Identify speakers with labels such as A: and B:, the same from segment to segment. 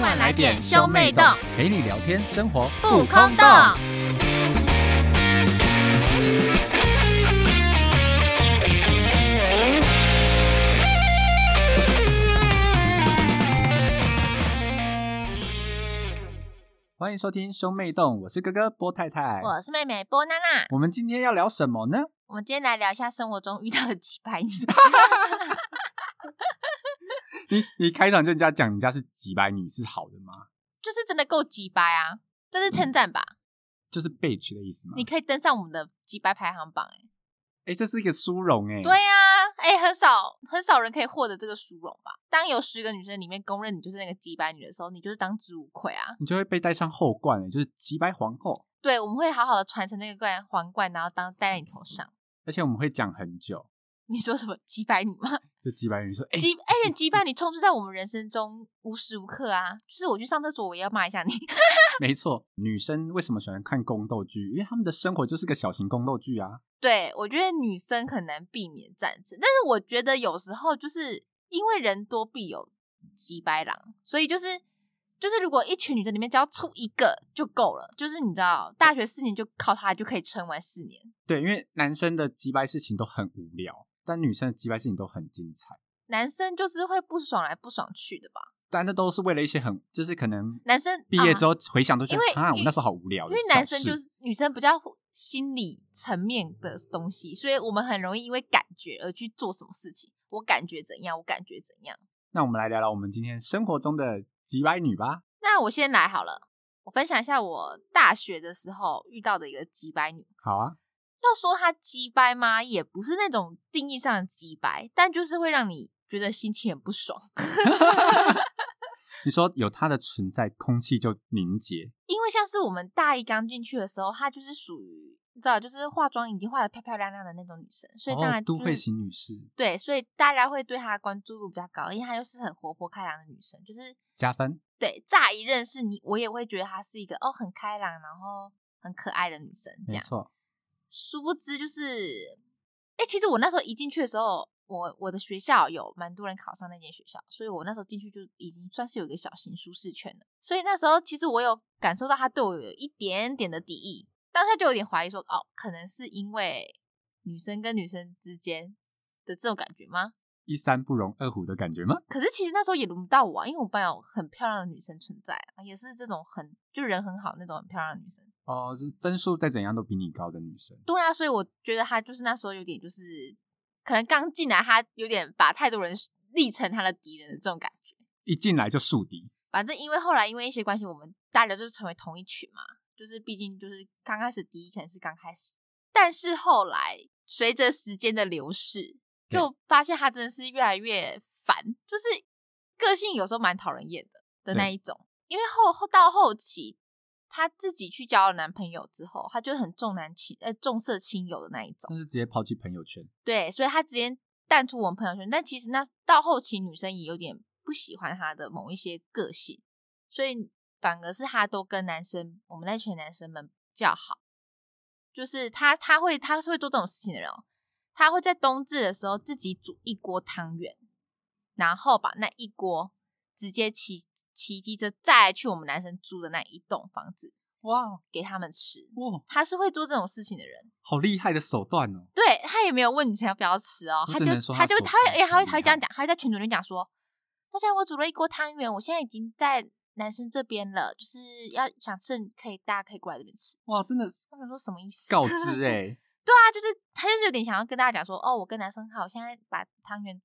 A: 快来点兄妹洞，
B: 陪你聊天，生活
A: 不空洞。
B: 欢迎收听兄妹洞，我是哥哥波太太。
A: 我是妹妹波娜娜，
B: 我们今天要聊什么呢？
A: 我们今天来聊一下生活中遇到的几百 女。
B: 你你开场就人家讲人家是几百女是好的吗？
A: 就是真的够几百啊，这是称赞吧？
B: 就是 bitch 的意思吗？
A: 你可以登上我们的几百排行榜、欸，
B: 哎，这是一个殊荣哎、
A: 哎，对呀、哎、很少很少人可以获得这个殊荣吧？当有十个女生里面公认你就是那个几百女的时候，你就是当之无愧啊。
B: 你就会被戴上后冠哎、就是几百皇后，
A: 对，我们会好好的传承那个冠皇冠，然后当戴在你头上。
B: 而且我们会讲很久。
A: 你说什么几百女吗？
B: 就几百女说，哎、
A: 几而且几百女充斥在我们人生中无时无刻啊！就是我去上厕所，我也要骂一下你。
B: 没错，女生为什么喜欢看宫斗剧？因为她们的生活就是个小型宫斗剧啊。
A: 对，我觉得女生很难避免战争，但是我觉得有时候就是因为人多必有几百狼，所以就是就是如果一群女生里面只要出一个就够了，就是你知道，大学四年就靠她就可以撑完四年。
B: 对，因为男生的几百事情都很无聊，但女生的几百事情都很精彩。
A: 男生就是会不爽来不爽去的吧？
B: 但那都是为了一些很，就是可能
A: 男生
B: 毕业
A: 啊
B: 之后回想都觉
A: 因为
B: 得啊，我
A: 因为
B: 那时候好无聊。
A: 因为男生
B: 小事
A: 就是女生比较心理层面的东西，所以我们很容易因为感觉而去做什么事情。我感觉怎样，我感觉怎样。
B: 那我们来聊聊我们今天生活中的几百女吧。
A: 那我先来好了，我分享一下我大学的时候遇到的一个鸡掰女。
B: 好啊，
A: 要说她鸡掰吗？也不是那种定义上的鸡掰，但就是会让你觉得心情很不爽。
B: 你说有她的存在，空气就凝结。
A: 因为像是我们大一刚进去的时候，她就是属于你知道，就是化妆已经化的漂漂亮亮的那种女生，所以当然、
B: 哦、
A: 就
B: 都
A: 是
B: 会型女士
A: 对，所以大家会对她的关注度比较高，因为她又是很活泼开朗的女生，就是
B: 加分。
A: 对乍一认识你，我也会觉得她是一个哦很开朗，然后很可爱的女生这
B: 没
A: 样。
B: 错，
A: 殊不知就是，哎、其实我那时候一进去的时候，我我的学校有蛮多人考上那间学校，所以我那时候进去就已经算是有一个小型舒适圈了。所以那时候其实我有感受到他对我有一点点的敌意，当下就有点怀疑说，哦，可能是因为女生跟女生之间的这种感觉吗？
B: 一山不容二虎的感觉吗？
A: 可是其实那时候也轮不到我啊，因为我班有很漂亮的女生存在啊，也是这种很就人很好那种很漂亮的女生。
B: 哦，是分数再怎样都比你高的女生。
A: 对啊，所以我觉得他就是那时候有点就是，可能刚进来，他有点把太多人立成他的敌人的这种感觉。
B: 一进来就树敌，
A: 反正因为后来因为一些关系，我们大家就是成为同一群嘛，就是毕竟就是刚开始敌意可能是刚开始，但是后来随着时间的流逝，
B: 对
A: 就发现他真的是越来越烦，就是个性有时候蛮讨人厌的的那一种。因为后后到后期，她自己去交了男朋友之后，她就很重男轻呃重色轻友的那一种。
B: 但是直接抛弃朋友圈。
A: 对，所以他直接淡出我们朋友圈。但其实那到后期，女生也有点不喜欢他的某一些个性，所以反而是他都跟男生，我们那群男生们较好。就是他他会他是会做这种事情的人哦，他会在冬至的时候自己煮一锅汤圆，然后把那一锅直接骑骑机车再去我们男生租的那一栋房子
B: 哇
A: 给他们吃。
B: 哇，
A: 他是会做这种事情的人。
B: 好厉害的手段哦！
A: 对他也没有问女生要不要吃哦，
B: 我
A: 他
B: 只
A: 就
B: 能说
A: 他
B: 他
A: 就
B: 手
A: 他会
B: 段
A: 哎、他会
B: 很厉
A: 他会这样
B: 害
A: 讲，他会在群组里面讲说，大家我煮了一锅汤圆，我现在已经在男生这边了，就是要想吃可以大家可以过来这边吃。
B: 哇，真 的是
A: 他们说什么意思？
B: 告知哎、
A: 对啊，就是他就是有点想要跟大家讲说，哦，我跟男生好，我现在把汤圆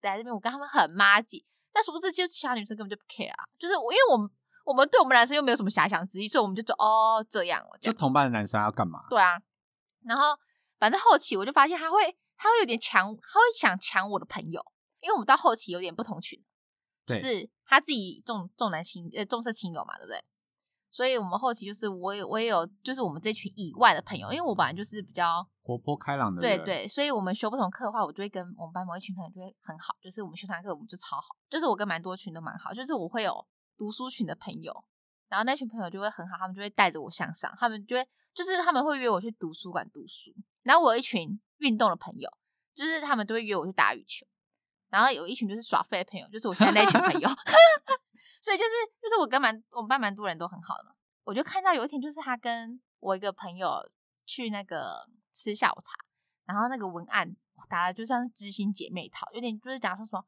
A: 来这边，我跟他们很妈吉。但殊不知，就其他女生根本就不 care 啊，就是我因为我们我们对我们男生又没有什么遐想之意，所以我们就说哦这样哦这
B: 就
A: 样。
B: 同班的男生要干嘛？
A: 对啊，然后反正后期我就发现他会，他会有点抢，他会想抢我的朋友，因为我们到后期有点不同群，就
B: 对
A: 是他自己重重男轻呃重色轻友嘛，对不对？所以我们后期就是我也我也有就是我们这群以外的朋友，因为我本来就是比较
B: 活泼开朗的
A: 对
B: 人，
A: 对，所以我们修不同课的话，我就会跟我们班某一群朋友就会很好，就是我们修堂课我们就超好，就是我跟蛮多群都蛮好，就是我会有读书群的朋友，然后那群朋友就会很好，他们就会带着我向上，他们就会就是他们会约我去图书馆读书，然后我有一群运动的朋友，就是他 们都会约我去打羽球，然后有一群就是耍废的朋友，就是我现在那一群朋友，所以就是就是我跟蛮我们班蛮多人都很好的嘛，我就看到有一天就是他跟我一个朋友去那个吃下午茶，然后那个文案我打的就像是知心姐妹淘，有点就是讲说什么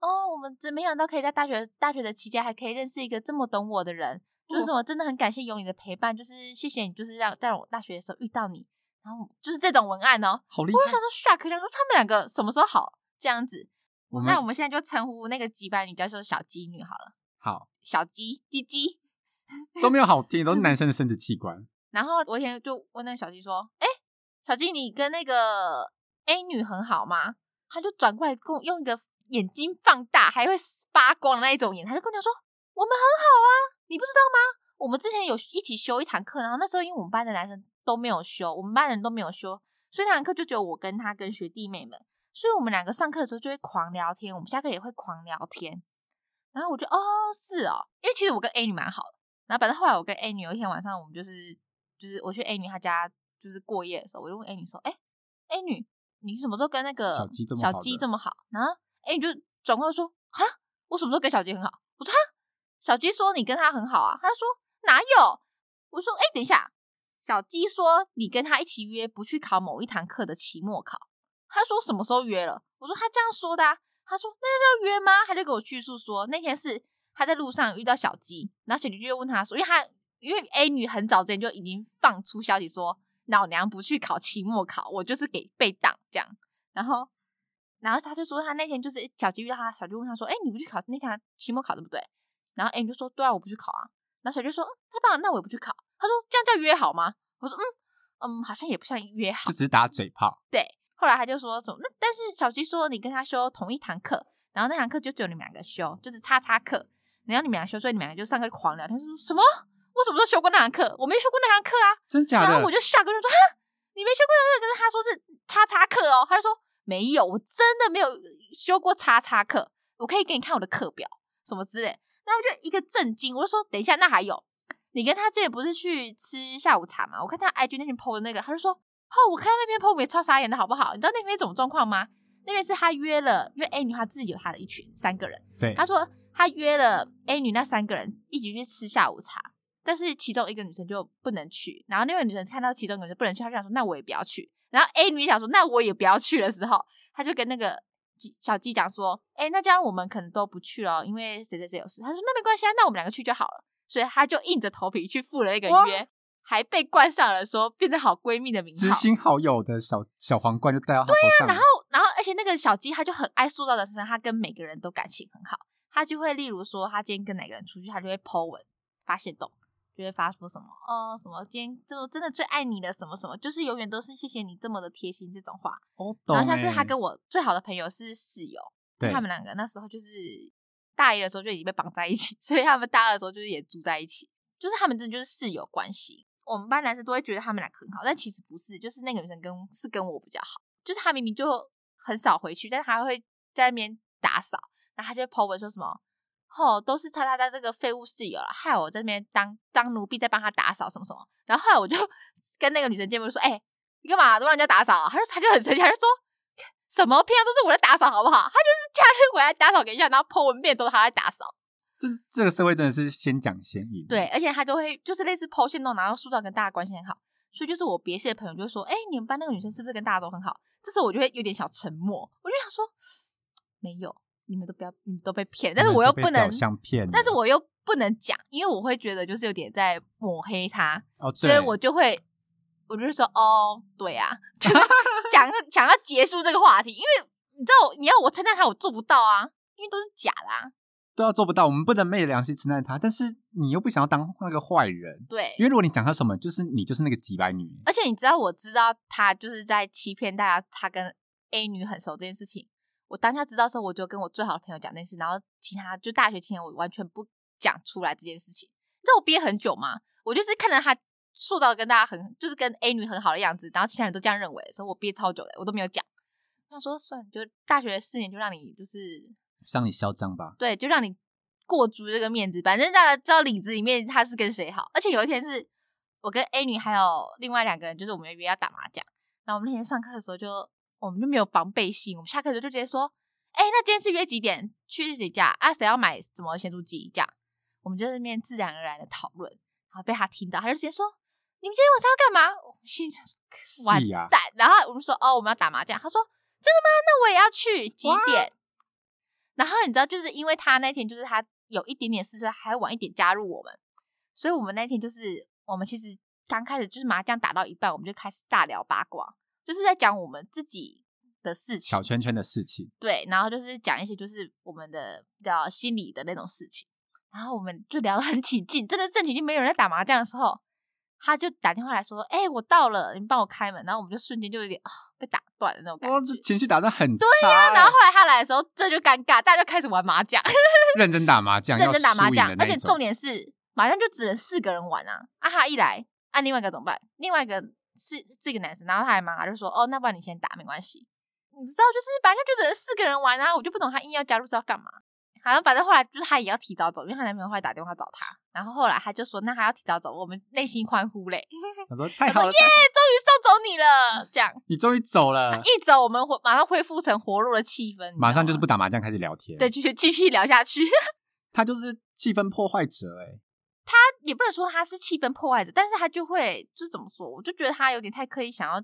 A: 哦，我们真没想到可以在大学大学的期间还可以认识一个这么懂我的人，就是我真的很感谢有你的陪伴，就是谢谢你，就是让在我大学的时候遇到你，然后就是这种文案哦，
B: 好厉
A: 我就想
B: 害！
A: 说 shock，想说他们两个什么时候好这样子？
B: 我
A: 那我们现在就称呼那个鸡班女叫做小鸡女好了，
B: 好
A: 小鸡鸡鸡。
B: 都没有好听，都是男生的生殖器官。
A: 然后我以前就问那个小鸡说：“哎、小鸡，你跟那个 A 女很好吗？”她就转过来跟我用一个眼睛放大，还会发光的那一种眼，她就跟我讲说：“我们很好啊，你不知道吗？我们之前有一起修一堂课，然后那时候因为我们班的男生都没有修，我们班人都没有修，所以那堂课就只有我跟他跟学弟妹们，所以我们两个上课的时候就会狂聊天，我们下课也会狂聊天。然后我就哦是哦，因为其实我跟 A 女蛮好的，然后反正后来我跟 A 女有一天晚上，我们就是就是我去 A 女她家就是过夜的时候，我就问 A 女说，哎、a 女你什么时候跟那个
B: 小鸡这么
A: 小
B: 好
A: 鸡
B: 的
A: 这么好？然后 A 女就转过来说，哈，我什么时候跟小鸡很好？我说哈，小鸡说你跟他很好啊，她说哪有？我说哎、等一下，小鸡说你跟他一起约不去考某一堂课的期末考，他说什么时候约了？我说他这样说的、啊，他说那就要约吗？他就给我叙述说那天是他在路上遇到小鸡，然后小鸡就问他说，因为他因为 A 女很早之前就已经放出消息说老娘不去考期末考，我就是给被挡这样，然后。然后他就说，他那天就是小鸡遇到他，小鸡问他说：“哎、你不去考那天期末考对不对？”然后 A 女就说：“对啊，我不去考啊。”然后小就说：“嗯，太棒了，那我也不去考。”他说：“这样叫约好吗？”我说：“嗯嗯，好像也不算约好
B: 就。只是打嘴炮，”
A: 后来他就说什么？那但是小鸡说你跟他修同一堂课，然后那堂课就只有你们两个修，就是叉叉课，然后你们俩修，所以你们两个就上课就狂聊。他说什么？我什么时候修过那堂课？我没修过那堂课啊。
B: 真假
A: 然
B: 的
A: 后我？就吓个人说：“哈，你没修过那个？”可是他说是叉叉课哦，他就说没有，我真的没有修过叉叉课，我可以给你看我的课表什么之类。那我就一个震惊，我就说：“等一下，那还有，你跟他之前不是去吃下午茶吗？我看他 IG 那边 PO 的那个，他就说：‘哦，我看到那边 PO 我也超傻眼的好不好？’你知道那边什么状况吗？那边是他约了，因为 A 女她自己有她的一群三个人。”
B: 对，
A: 他说他约了 A 女那三个人一起去吃下午茶，但是其中一个女生就不能去，然后另外一个女生看到其中一个女生不能去，她就想说那我也不要去。然后 A 女想说那我也不要去的时候，她就跟那个鸡小鸡讲说，哎、那这样我们可能都不去了，因为谁谁谁有事。他说那没关系啊，那我们两个去就好了。所以他就硬着头皮去赴了一个
B: 哇
A: 约，还被冠上了说变成好闺蜜的名
B: 知
A: 号。
B: 心好友的小小皇冠就戴到他头上了，
A: 然后，然后，而且那个小鸡它就很爱塑造的身上，它跟每个人都感情很好。它就会，例如说，它今天跟哪个人出去，它就会 Po 文发现动，就会发说什么哦，什么今天就真的最爱你的什么什么，就是永远都是谢谢你这么的贴心这种话。
B: 哦
A: 然后
B: 懂
A: 像是他
B: 欸
A: 跟我最好的朋友是室友，因为
B: 对
A: 他们两个那时候就是大一的时候就已经被绑在一起， 所以他们大二的时候就是也住在一起，就是他们真的就是室友关系。我们班男生都会觉得他们两个很好，但其实不是，就是那个女生跟是跟我比较好，就是她明明就很少回去，但是她会在那边打扫，然后她就会 po 文说什么。哦，都是他他他这个废物室友了，害我在那边当当奴婢，在帮他打扫什么什么。然后后来我就 跟那个女生见面，我就说：“哎、你干嘛都让人家打扫、啊？”他就他就很生气，他就说：“ 什么平常都是我在打扫，好不好？”他就是假日回来打扫给一下，然后 po 文遍都是他在打扫。
B: 这这个社会真的是先讲先赢，
A: 对，，而且他都会就是类似 po 线动，然后塑造跟大家关系很好。所以就是我别系的朋友就会说：“哎、你们班那个女生是不是跟大家都很好？”这时候我就会有点小沉默，我就想说：“没有，你们都不要，你们都被骗。”但是我又不能
B: 相骗了，
A: 但是我又不能讲，因为我会觉得就是有点在抹黑他，
B: 哦，
A: 所以
B: 对
A: 我就会，我就是说，哦，对啊，就是 想要想要结束这个话题，因为你知道我，你要我称赞他，我做不到啊，因为都是假的啊，
B: 都要做不到，我们不能昧着良心承认他，但是你又不想要当那个坏人，
A: 对
B: 因。为如果你讲他什么，就是你就是那个几百女，
A: 而且你知道，我知道他就是在欺骗大家，他跟 A 女很熟这件事情。我当下知道的时候，我就跟我最好的朋友讲这件事，然后其他就大学期间我完全不讲出来这件事情。你知道我憋很久吗？我就是看着他塑造跟大家很，就是跟 A 女很好的样子，然后其他人都这样认为的时候，我憋超久的，我都没有讲。他说：“算了，就大学四年就让你就是
B: 让你嚣张吧，
A: 对，就让你过足这个面子。反正大家知道里子里面他是跟谁好，而且有一天是我跟 A 女还有另外两个人，就是我们约要打麻将。然后我们那天上课的时候就，我们就没有防备心，我们下课的时候就直接说：“哎、那今天是约几点？去谁家？啊，谁要买什么咸猪鸡？”这样。我们就在那边自然而然的讨论，然后被他听到，他就直接说：“你们今天晚上要干嘛？”我心想说完
B: 是呀
A: 蛋。然后我们说：“哦，我们要打麻将。”他说：“真的吗？那我也要去，几点？”然后你知道，就是因为他那天就是他有一点点事，所以还晚一点加入我们，所以我们那天就是我们其实刚开始就是麻将打到一半，我们就开始大聊八卦，就是在讲我们自己的事情
B: 小，圈圈的事情，
A: 对，然后就是讲一些就是我们的比较心理的那种事情，然后我们就聊得很起劲，真的是正起劲，没有人在打麻将的时候，他就打电话来说：“哎、我到了，你帮我开门。”然后我们就瞬间就有点啊、被打断的那种感
B: 哇，
A: 觉
B: 这。情绪打得很差欸、
A: 啊然后后来他来的时候，这就尴尬，大家就开始玩麻将，
B: 欸认真打麻将，
A: 认真打麻将
B: 要输赢，的
A: 而
B: 那
A: 且
B: 种
A: 重点是麻将就只能四个人玩啊。啊哈一来，啊另外一个怎么办？另外一个是这个男生，然后他还忙啊，就说：“哦，那不然你先打没关系。”你知道，就是麻将就只能四个人玩啊，我就不懂他硬要加入是要干嘛。好像反正后来就是她也要提早走，因为她男朋友后来打电话找她，然后后来她就说：“那还要提早走。”我们内心欢呼嘞，
B: 他说
A: 她
B: 太
A: 说：“
B: 好
A: 耶，终
B: 了，
A: 于送走你了！”这样
B: 你终于走了，
A: 啊一走，我们活马上恢复成活络的气氛，你知道
B: 呃马上就是
A: 吗
B: 不打麻将开始聊天。
A: 啊对，，继续继续聊下去。
B: 他就是气氛破坏者哎、
A: 也不能说他是气氛破坏者，但是他就会就是怎么说，我就觉得他有点太刻意想要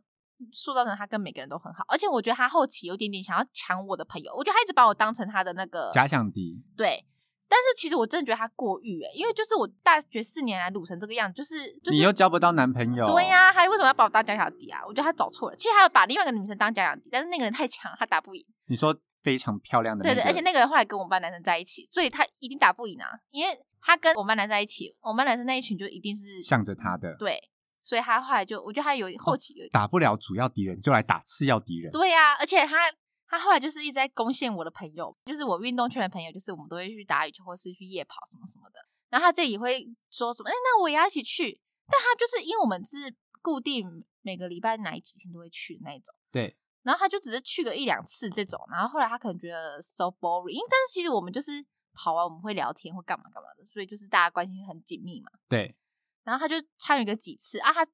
A: 塑造成他跟每个人都很好，而且我觉得他后期有点点想要抢我的朋友，我觉得他一直把我当成他的那个
B: 假想敌。
A: 对。但是其实我真的觉得他过誉欸诶、因为就是我大学四年来卤成这个样子，就是就是
B: 你又交不到男朋友，
A: 对、呀、他为什么要把我当假想敌啊？我觉得他找错了。其实他有把另外一个女生当假想敌，但是那个人太强，他打不赢。
B: 你说非常漂亮的、那
A: 对
B: 个，
A: 对，而且那个人后来跟我们班男生在一起，所以他一定打不赢啊，因为他跟我们班男生在一起，我们班男生那一群就一定是
B: 向着他的
A: 对，所以他后来就，我觉得他有后期有，
B: 打不了主要敌人，就来打次要敌人。
A: 对呀、而且他他后来就是一直在攻陷我的朋友，就是我运动圈的朋友，就是我们都会去打羽球或是去夜跑什么什么的。然后他这里会说什么？哎，那我也要一起去。但他就是因为我们是固定每个礼拜哪几天都会去的那一种，
B: 对，
A: 然后他就只是去个一两次这种，然后后来他可能觉得 so boring，因为但是其实我们就是跑完我们会聊天或干嘛干嘛的，所以就是大家关系很紧密嘛。
B: 对，
A: 然后他就参与个几次啊，他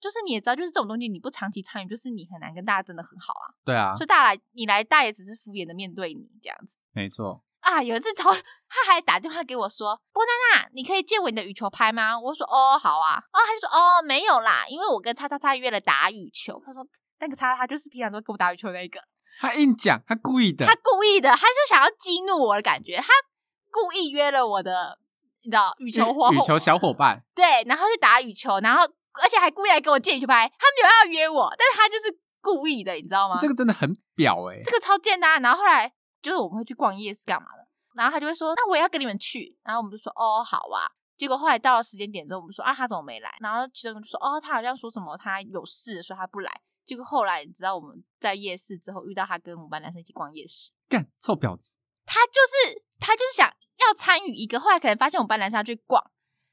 A: 就是你也知道，就是这种东西你不长期参与，就是你很难跟大家真的很好啊。
B: 对啊，
A: 所以大家来你来，大家也只是敷衍的面对你这样子
B: 没错。
A: 啊。有一次超， 他还打电话给我说：“波娜娜，你可以借我你的羽球拍吗？”我说：“哦，好啊。”哦，他就说：“哦，没有啦，因为我跟叉叉叉约了打羽球。”他说：“那个叉叉叉就是平常都跟我打羽球那一个，
B: 他硬讲，他故意的
A: 他，故意的，他就想要激怒我的感觉，他故意约了我的，你知道羽球伙
B: 羽球小伙伴，
A: 对，然后就打羽球，然后而且还故意来跟我借羽球拍，他没有要约我，但是他就是故意的，你知道吗？
B: 这个真的很表哎、
A: 这个超简单。然后后来就是我们会去逛夜市干嘛的，然后他就会说：“那我也要跟你们去。”然后我们就说：“哦，好啊。”结果后来到了时间点之后，我们说：“啊，他怎么没来？”然后其中一个就说：“哦，他好像说什么他有事，所以他不来。”结果后来你知道我们在夜市之后遇到他跟我们班男生一起逛夜市，
B: 干臭婊子，
A: 他就是他就是想要参与一个，后来可能发现我们班男生要去逛，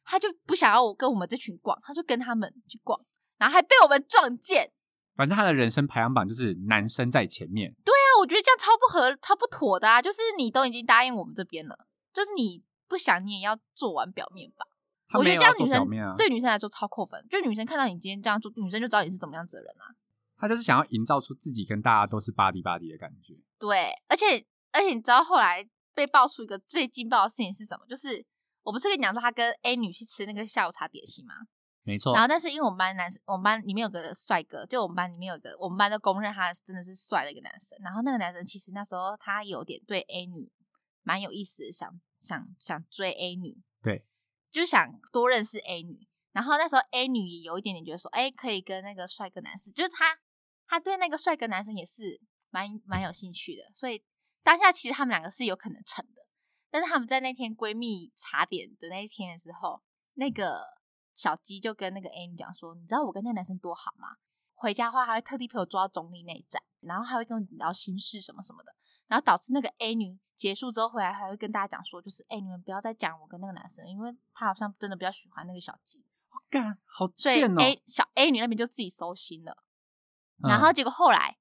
A: 他就不想要我跟我们这群逛，他就跟他们去逛，然后还被我们撞见。
B: 反正他的人生排行榜就是男生在前面，
A: 那啊我觉得这样超不合、超不妥的啊！就是你都已经答应我们这边了，就是你不想你也要做完表面吧？
B: 他
A: 我觉得
B: 没有
A: 这样
B: 要做
A: 女
B: 表
A: 生
B: 面啊，
A: 对女生来说超扣分，就女生看到你今天这样做，女生就知道你是怎么样子的人啊。
B: 他就是想要营造出自己跟大家都是巴迪巴迪的感觉。
A: 对，而且而且你知道后来被爆出一个最劲爆的事情是什么？就是我不是跟你讲说他跟 A 女去吃那个下午茶点心吗？
B: 没错
A: 然，后，但是因为我们班男生，我们班里面有个帅哥，就我们班里面有个，我们班都公认他真的是帅的一个男生。然后那个男生其实那时候他有点对 A 女蛮有意思的，想想想追 A 女，
B: 对，
A: 就想多认识 A 女。然后那时候 A 女也有一点点觉得说，哎，可以跟那个帅哥男生，就是他，他对那个帅哥男生也是蛮蛮有兴趣的。所以当下其实他们两个是有可能成的，但是他们在那天闺蜜茶点的那一天的时候，那个小鸡就跟那个 A 女讲说，你知道我跟那个男生多好吗？回家的话，还会特地陪我坐到总理那一站，然后还会跟我聊心事什么什么的。然后导致那个 A 女结束之后回来，还会跟大家讲说，就是哎、你们不要再讲我跟那个男生，因为他好像真的比较喜欢那个小鸡，
B: 干好
A: 所以
B: 贱哦、嗯
A: A、小 A 女那边就自己收心了。然后结果后来，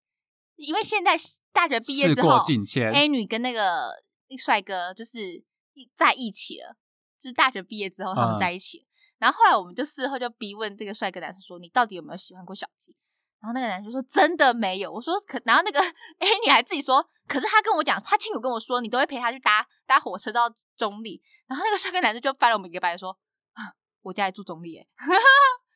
A: 因为现在大学毕业
B: 事
A: 之
B: 过
A: 后
B: 境迁，
A: ，A 女跟那个帅哥就是一在一起了，就是大学毕业之后他们
B: 嗯
A: 在一起了。然后后来我们就事后就逼问这个帅哥男生说，你到底有没有喜欢过小鸡？然后那个男生就说真的没有。我说可，然后 那个 A 女还自己说，可是他跟我讲，他亲口跟我说，你都会陪他去搭搭火车到中立。然后那个帅哥男生就翻了我们一个白眼说：“啊，我家也住中立耶。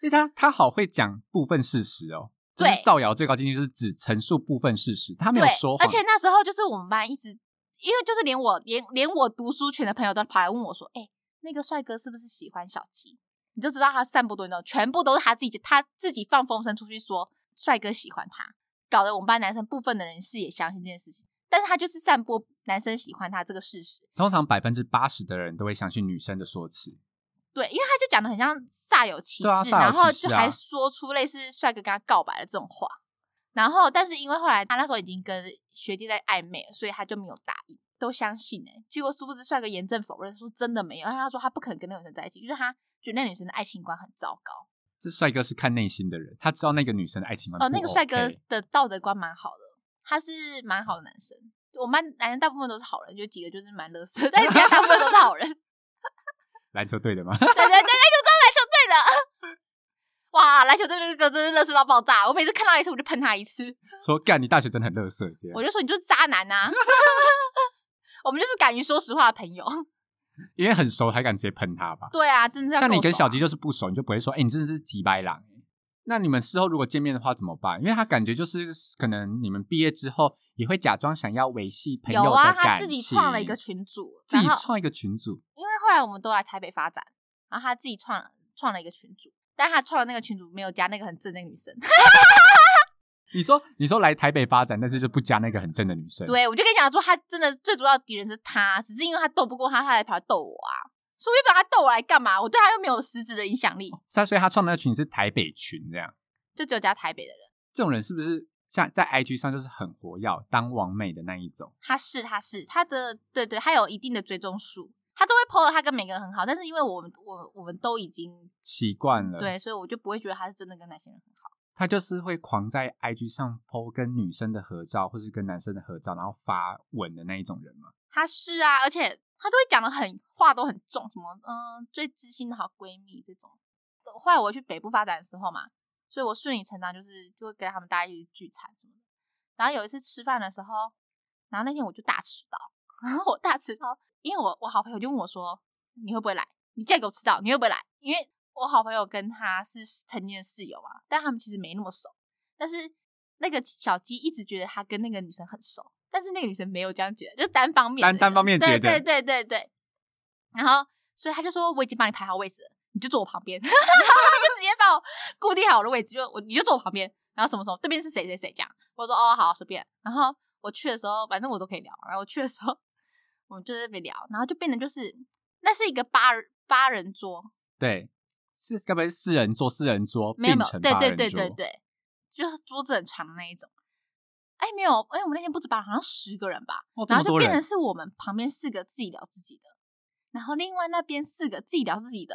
B: 因为他他好会讲部分事实哦。就是
A: 对
B: 造谣最高境界就是只陈述部分事实，他没
A: 对
B: 有说，谎。
A: 而且那时候就是我们班一直，因为就是连我连连我读书群的朋友都跑来问我说：“哎、那个帅哥是不是喜欢小七？”你就知道他散播多严重，全部都是他自己他自己放风声出去说帅哥喜欢他，搞得我们班男生部分的人是也相信这件事情，但是他就是散播男生喜欢他这个事实。
B: 通常百分之八十的人都会相信女生的说辞。
A: 对，因为他就讲的很像煞有其事，
B: 对啊煞有
A: 然后
B: 其事
A: 就
B: 啊
A: 还说出类似帅哥跟他告白的这种话。然后，但是因为后来他那时候已经跟学弟在暧昧了，所以他就没有答应，都相信哎、结果殊不知帅哥严正否认，说真的没有，而且他说他不可能跟那个女生在一起，就是他觉得那女生的爱情观很糟糕。
B: 这帅哥是看内心的人，他知道那个女生的爱情观、
A: 哦，那个帅哥
B: OK
A: 的道德观蛮好的，他是蛮好的男生。我们班男生大部分都是好人，有几个就是蛮乐色，但是其他大部分都是好人。
B: 篮球队 的吗？
A: 对对对对，就知道篮球队了。 哇，篮球队这个真是热色到爆炸！我每次看到一次我就喷他一次，
B: 说干你大学真的很乐色，这样
A: 我就说你就是渣男 呐、我们就是敢于说实话的朋友。
B: 因为很熟还敢直接喷他吧？
A: 对啊，真的是要
B: 像你
A: 够
B: 跟
A: 熟
B: 小
A: 啊
B: 吉就是不熟，你就不会说，哎、你真的是几白狼。那你们事后如果见面的话怎么办？因为他感觉就是可能你们毕业之后也会假装想要维系朋友
A: 有
B: 的
A: 啊，
B: 感情，
A: 他自己创了一个群组，
B: 自
A: 然
B: 己
A: 后
B: 创一个群组，
A: 因为后来我们都来台北发展，然后他自己创了创了一个群组，但他创的那个群组没有加那个很正的那个女生。
B: 你说你说来台北发展，但是就不加那个很正的女生，，
A: 对，我就跟你讲说，他真的最主要的敌人是他，只是因为他斗不过他，他才跑来斗我啊。说不定把他斗我来干嘛？我对他又没有实质的影响力。
B: 他所以他创的那个群是台北群这样。
A: 就只有加台北的人。
B: 这种人是不是像在 IG 上就是很活跃、当王美的那一种？
A: 他是他是他的对对，他有一定的追踪数，他都会 PO 的他跟每个人很好，但是因为我们我我们都已经
B: 习惯了，，
A: 对，所以我就不会觉得他是真的跟那些人很好。
B: 他就是会狂在 IG 上 PO 跟女生的合照，或是跟男生的合照，然后发文的那一种人嘛。
A: 他是啊，而且他都会讲的很话都很重，什么嗯最知心的好闺蜜这种。后来我去北部发展的时候嘛，所以我顺理成章就是就会跟他们大家一起聚餐什么的。然后有一次吃饭的时候，然后那天我就大迟到，然后我大迟到，因为我我好朋友就问我说你会不会来？你再给我迟到，你会不会来？因为我好朋友跟他是曾经的室友嘛，但他们其实没那么熟。但是那个小鸡一直觉得他跟那个女生很熟，但是那个女生没有这样觉得，就是单方面的
B: 单单方面觉得
A: 对对对对对。然后，所以他就说我已经帮你排好位置了，你就坐我旁边，然后他就直接把我固定好我的位置，就我你就坐我旁边，然后什么什么这边是谁谁谁这样。我说哦好随便。然后我去的时候，反正我都可以聊。然后我去的时候， 我们就在那边聊，然后就变成就是那是一个八人八人桌，
B: 对，是该不会是四人桌、四人桌
A: 没有
B: 并
A: 没有，
B: 成
A: 对
B: 八
A: 对
B: 人
A: 对对
B: 桌？
A: 对，就是桌子很长的那一种。哎，没有，哎，我们那天不止八人，好像十个人吧，
B: 哦这
A: 然
B: 么
A: 后就
B: 多
A: 变
B: 人
A: 成是我们旁边四个自己聊自己的，然后另外那边四个自己聊自己的，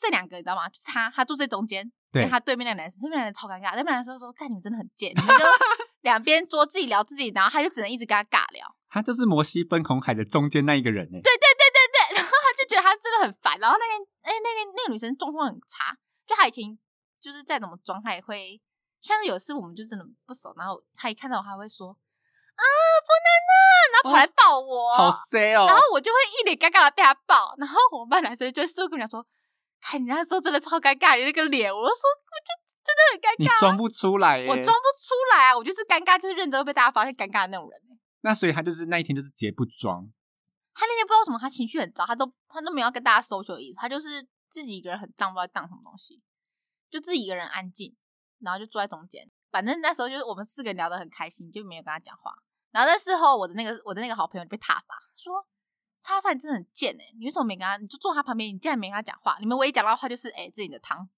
A: 这两个你知道吗？就是他，他坐最中间，
B: 对
A: 跟他对面那个男生，对面那个男生超尴尬，对面那个男生说：“看你们真的很贱，你们就 两边桌自己聊自己，然后他就只能一直跟他尬聊。”
B: 他就是摩西分红海的中间那一个人
A: 对对
B: 哎、
A: 对对对，然后他就觉得他真的很烦。然后那个哎、那个那个女生状况很差，就她以前就是再怎么装，她也会像是有一次我们就真的不熟，然后她一看到我，她会说啊不能啊，然后跑来抱我，
B: 好 C 哦
A: 然！后我就会一脸尴尬的被她抱。然后我们班男生就会跟我讲说，看你那时候真的超尴尬，你那个脸，我就说我就真的很尴
B: 你
A: 尬啊，
B: 装不出来、欸，
A: 我装。不出来啊，我就是尴尬，就是认真会被大家发现尴尬的那种人。欸
B: 那所以他就是那一天就是直接不装，
A: 他那天不知道为什么，他情绪很糟，他都他都没有要跟大家 social 的意思，他就是自己一个人很荡，不知道荡什么东西，就自己一个人安静，然后就坐在中间。反正那时候就是我们四个人聊得很开心，就没有跟他讲话。然后在事后，我的那个我的那个好朋友就被挞伐，说：“叉叉，你真的很贱哎、你为什么没跟他？你就坐他旁边，你竟然没跟他讲话？你们唯一讲到的话就是哎、这是你的汤。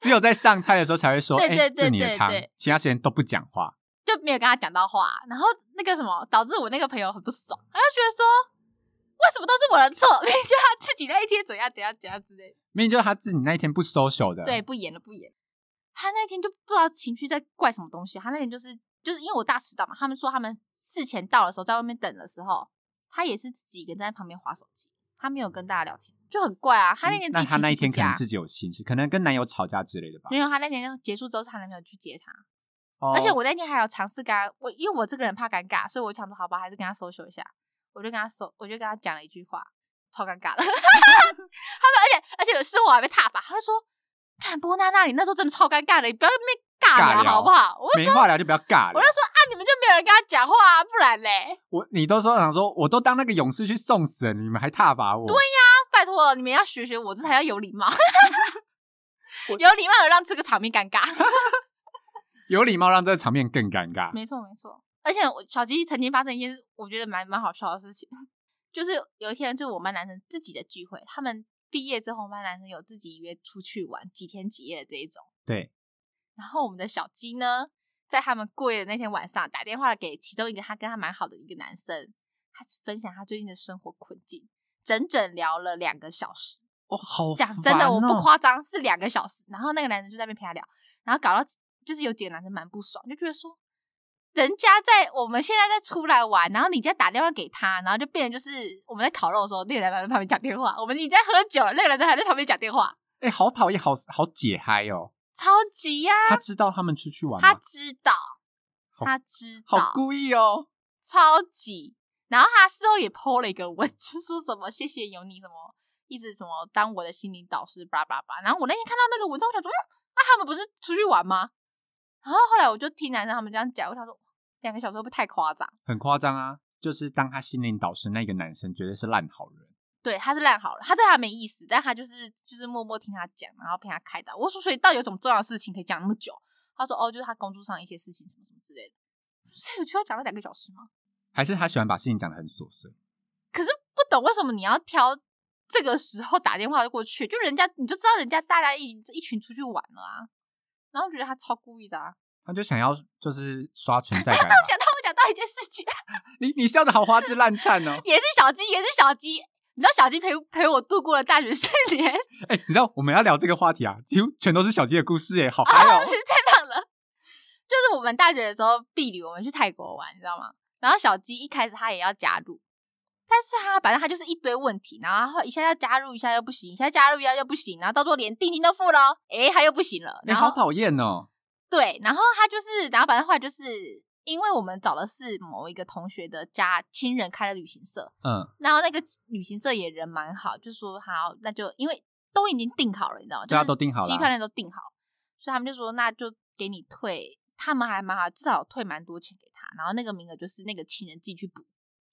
B: 只有在上菜的时候才会说，
A: 对
B: 哎、
A: 对对
B: 这是你的
A: 对
B: 汤
A: 对，
B: 其他时间都不讲话。
A: 就没有跟他讲到话，啊然后那个什么，导致我那个朋友很不爽，他就觉得说，为什么都是我的错？ 明明就他自己那一天怎样怎样怎样之类的，
B: 明明就是他自己那一天不 social 的，
A: 对，，不演了不演了。他那天就不知道情绪在怪什么东西，他那天就是就是因为我大迟到嘛，他们说他们事前到的时候，在外面等的时候，他也是自己一个人在旁边划手机，他没有跟大家聊天，就很怪啊。他那天
B: 嗯
A: 自己
B: 那他那一天可能
A: 情绪
B: 自己有心事，可能跟男友吵架之类的
A: 不
B: 吧
A: 佳。没有，他那天结束之后，是她男朋友去接她，
B: 哦
A: 而且我那天还有尝试跟他，我因为我这个人怕尴尬，所以我想说，好吧，还是跟他搜求一下。我就跟他搜，我就跟他讲了一句话，超尴尬的。他 们而且而且有事我还被踏伐，他就说：“看波娜娜，你那时候真的超尴尬的，你不要在那边
B: 尬
A: 尬聊
B: 聊
A: 好不好？”我就
B: 没
A: 说，
B: 话聊就不要尬
A: 我
B: 了
A: 就。说啊，你们就没有人跟他讲话啊，不然嘞，
B: 我你都说想说，我都当那个勇士去送死了，你们还挞伐我？对呀、
A: 拜托了，你们要学学我，这才叫有礼貌。
B: 我
A: 有礼貌的让这个场面尴尬。
B: 有礼貌让这个场面更尴尬。
A: 没错没错，而且我小鸡曾经发生一件我觉得蛮蛮好笑的事情， 就是有一天就是我们班男生自己的聚会，他们毕业之后，我们班男生有自己约出去玩几天几夜的这一种。
B: 对，
A: 然后我们的小鸡呢，在他们过夜的那天晚上打电话给其中一个他跟他蛮好的一个男生，他分享他最近的生活困境，整整聊了两个小时。
B: 哦，好
A: 讲真的，我
B: 哦
A: 不夸张，是两个小时。然后那个男生就在那边陪他聊，然后搞到就是有几个男生蛮不爽，就觉得说，人家在我们现在在出来玩，然后你在打电话给他，然后就变成就是我们在烤肉的时候，那个男生在旁边讲电话，我们已经在喝酒了，那个男生还在旁边讲电话，
B: 哎、好讨厌，好好解嗨哦。
A: 超级呀、
B: 他知道他们出去玩
A: 他
B: 吗？
A: 知道，
B: 好
A: 他知
B: 好
A: 道，
B: 故意哦。
A: 超级。然后他事后也 PO 了一个文， 就说什么谢谢有你什么，一直什么当我的心灵导师，叭叭叭。然后我那天看到那个文章，我想说，嗯，那、他们不是出去玩吗？然后后来我就听男生他们这样讲，我想说，两个小时会不会太夸张？
B: 很夸张啊！就是当他心灵导师那个男生，绝对是烂好人。
A: 对，他是烂好了，他对他没意思，但他就是就是默默听他讲，然后陪他开导。我说，所以到底有什么重要的事情可以讲那么久？他说，哦，就是他工作上一些事情什么什么之类的。是有需要讲到两个小时吗？
B: 还是他喜欢把事情讲得很琐碎？
A: 可是不懂为什么你要挑这个时候打电话过去，就人家你就知道人家大家一一群出去玩了啊，然后觉得他超故意的啊。
B: 他就想要就是刷存 在感吧。
A: 讲到我讲到一件事情，
B: 你你笑的好花枝乱颤哦！
A: 也是小鸡，也是小鸡，你知道小鸡陪陪我度过了大学四年，
B: 哎、你知道我们要聊这个话题啊，几乎全都是小鸡的故事哎，好嗨 哦！
A: 太棒了。就是我们大学的时候，避旅我们去泰国玩，你知道吗？然后小鸡一开始他也要加入，但是他反正他就是一堆问题，然后他一下要加入，一下又不行，一下加入一下又不行，然后到最后连定金都付了哦，诶，他又不行了，
B: 你、
A: 然后
B: 好讨厌哦！
A: 对，然后他就是，然后反正后来就是因为我们找的是某一个同学的家亲人开的旅行社，
B: 嗯，
A: 然后那个旅行社也人蛮好，就说好，那就因为都已经订好了，你知道吗？
B: 对啊
A: 就是
B: 都订好了啊
A: 机票那都订好了，所以他们就说那就给你退，他们还蛮好，至少有退蛮多钱给他，然后那个名额就是那个亲人自己去补，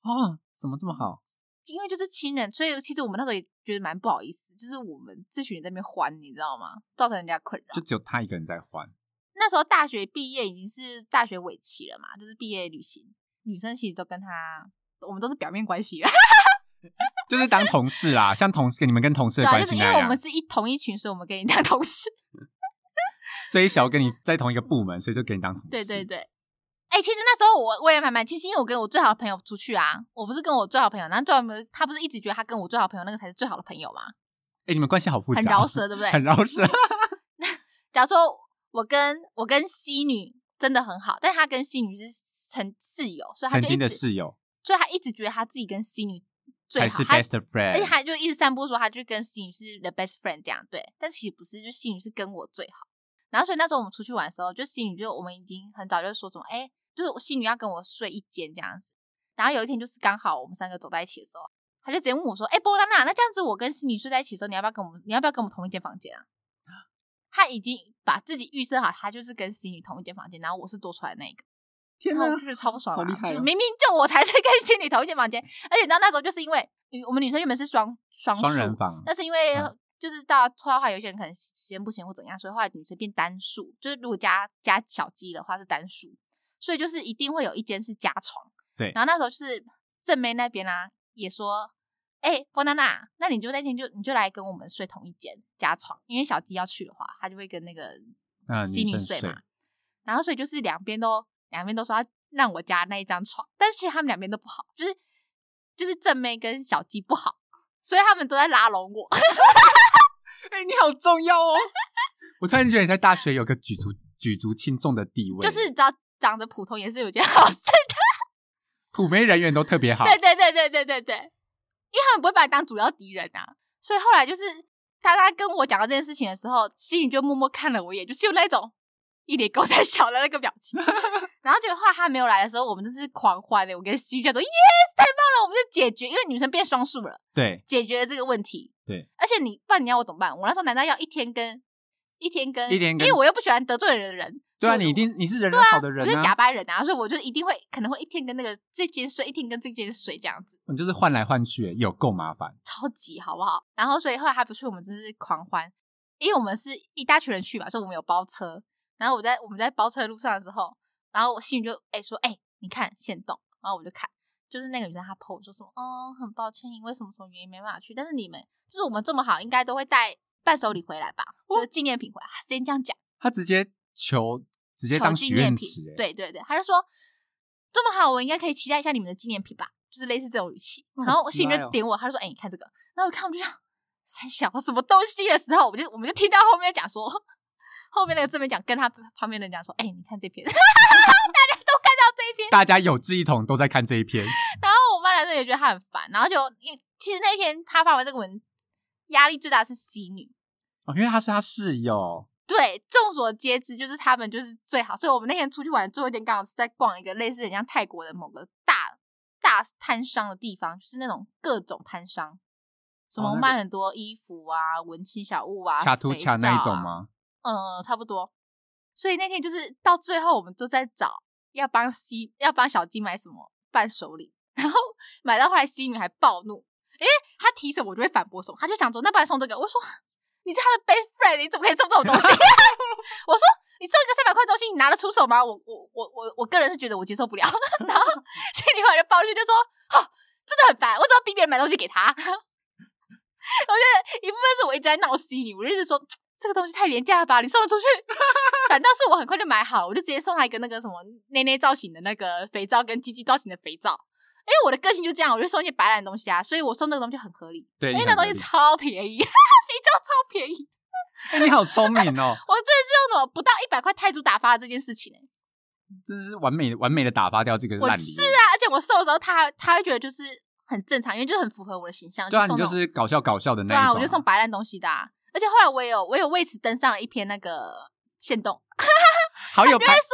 B: 哦，怎么这么好？
A: 因为就是亲人，所以其实我们那时候也觉得蛮不好意思，就是我们这群人在那边还，你知道吗？造成人家困扰。
B: 就只有他一个人在换，
A: 那时候大学毕业已经是大学尾期了嘛，就是毕业旅行，女生其实都跟他，我们都是表面关系啦，
B: 就是当同事啦，像同事你们跟同事
A: 对
B: 的
A: 啊，
B: 关
A: 就是
B: 系
A: 因
B: 那
A: 为我
B: 样
A: 们。是一同一群，所以我们跟你当 同事。
B: 虽小跟你在同一个部门，所以就给你当同事。
A: 对对，对，哎、其实那时候我我也蛮蛮庆幸，因为我跟我最好的朋友出去啊，我不是跟我最好的朋友，然后最好的朋友他不是一直觉得他跟我最好的朋友那个才是最好的朋友嘛，
B: 哎、你们关系好复杂，
A: 很饶舌，对不对？
B: 很饶舌。
A: 假如说我跟我跟西女真的很好，但他跟西女是曾室友，所以他
B: 曾
A: 就一
B: 经的
A: 直，
B: 室友
A: 所以他一直觉得他自己跟西女最
B: 才
A: 好，
B: 是
A: 他
B: best
A: 而且
B: friend，
A: 他就一直散播说他就跟信宇是 the best friend 这样对，但其实不是，就信宇是跟我最好。然后所以那时候我们出去玩的时候，就信宇就我们已经很早就说什么，哎、就是信宇要跟我睡一间这样子。然后有一天就是刚好我们三个走在一起的时候，他就直接问我说，哎、波娜娜，那这样子我跟信宇睡在一起的时候，你要不要跟我们，你要不要跟我们同一间房间啊？他已经把自己预设好，他就是跟信宇同一间房间，然后我是多出来的那一个。
B: 天
A: 然
B: 哪
A: 后我！就是超不爽
B: 好
A: 啊，
B: 厉害
A: 就
B: 哦
A: 明明就我才是跟心理同一间房间，而且你知道那时候就是因为女我们女生原本是双双
B: 双人
A: 数，
B: 房，
A: 那是因为
B: 嗯
A: 就是到后来有些人可能时间不行或怎样，所以后来女生变单数，就是如果加加小鸡的话是单数，所以就是一定会有一间是加床。
B: 对
A: 然后那时候就是正妹那边啊也说。哎、波娜娜，那你就那天就你就来跟我们睡同一间加床，因为小鸡要去的话，他就会跟那个
B: 嗯，
A: 西
B: 女
A: 女
B: 生
A: 睡嘛，然后所以就是两边都两边都说要让我家那一张床，但是其实他们两边都不好，就是就是正妹跟小鸡不好，所以他们都在拉拢我。
B: 哎、你好重要哦！ 我突然觉得你在大学有个举足举足轻重的地位，
A: 就是你知道长得普通也是有件好事，
B: 普媒人缘都特别好。
A: 对对对对对对对，因为他们不会把你当主要敌人啊。所以后来就是大家跟我讲到这件事情的时候，心宇就默默看了我一眼，就是有那种一脸狗仔小的那个表 情。然后结果后来他没有来的时候，我们真是狂欢的，我跟西玉就说 yes 太棒了，我们就解决，因为女生变双数了，
B: 对
A: 解决了这个问题。
B: 对，
A: 而且你不然你要我怎么办？我那时候难道要一天跟一天跟
B: 一天跟
A: 因为我又不喜欢得罪人的人。
B: 对啊，
A: 所以
B: 你
A: 我
B: 一定你是人
A: 对
B: 人
A: 啊，
B: 好的人
A: 我是假
B: 啊，
A: 掰人啊，所以我就一定会可能会一天跟那个这间睡，一天跟这间睡这样子，
B: 你就是换来换去，有够麻烦。
A: 超级好不好？然后所以后来还不去，我们真是狂欢，因为我们是一大群人去嘛，所以我们有包车。然后我在我们在包车的路上的时候，然后我心里就哎、说哎、你看现动，然后我就看，就是那个女生她 PO 我说什么，哦，很抱歉，因为什么什么原因没办法去，但是你们就是我们这么好，应该都会带伴手礼回来吧，就是纪念品回来，啊直接这样讲。
B: 他直接求，直接
A: 求
B: 当
A: 纪
B: 许
A: 念
B: 愿
A: 品
B: 池、欸，，
A: 对对对，他就说这么好，我应该可以期待一下你们的纪念品吧，就是类似这种语气。
B: 哇
A: 然后
B: 好
A: 我
B: 奇
A: 心里
B: 怪
A: 就
B: 哦
A: 点我，他就说：“哎、你看这个。”然后我看我就想三小什么东西的时候，我就我们就听到后面讲说，后
B: 嗯
A: 面那个这边讲跟他旁边的人讲说：“哎、你看这篇，大家都看到这一篇。”
B: 哎大家有志一同都在看这一篇，
A: 然后我妈来这也觉得她很烦，然后就因其实那一天她发完这个文，压力最大的是西女。
B: 哦，因为他是他室友，
A: 对，众所皆知，就是他们就是最好。所以我们那天出去玩，最后一天刚好是在逛一个类似很像泰国的某个大大摊商的地方，就是那种各种摊商，什
B: 哦
A: 么
B: 那个
A: 卖很多衣服啊、文青小物啊、
B: 卡图卡
A: 卡
B: 那一种？吗？
A: 嗯，差不多。所以那天就是到最后，我们都在找要帮西要帮小鸡买什么伴手礼， 然后买到后来西女还暴怒，因为她提什么我就会反驳什么，她就想说那不然送这个，我说你是她的 best friend，你怎么可以送这种东西？ 我说你送一个三百块的东西，你拿得出手吗？我我我我我个人是觉得我接受不了， 然后所以另外就暴怒就说哦真的很烦，我怎么逼别人买东西给 他？我觉得一部分是我一直在闹西女，我就一直说这个东西太廉价了吧，你送得出去？ 反倒是我很快就买好，我就直接送他一个那个什么内内造型的那个肥皂跟鸡鸡造型的肥皂，因为我的个性就这样，我就送一些白烂的东西啊，所以我送那个东西就很合理，
B: 对，
A: 因
B: 你
A: 为哎那
B: 很
A: 东
B: 合
A: 西
B: 理
A: 超便宜，肥 皂超便宜，
B: 哎你好聪明哦，
A: 我真的是用什么不到一百块泰铢打发的这件事情、欸，
B: 真是完美完美的打发掉这个
A: 我
B: 烂礼
A: 是
B: 物。
A: 啊，而且我送的时候他他会觉得就是很正常，因为就是很符合我的形象，
B: 对啊，
A: 送
B: 你
A: 那
B: 就
A: 种
B: 是搞笑搞笑的那
A: 对
B: 一种、
A: 啊，我就送白烂东西的、啊，而且后来我也有我有为此登上了一篇那个限动。
B: 好有
A: 就会
B: 拍，
A: 说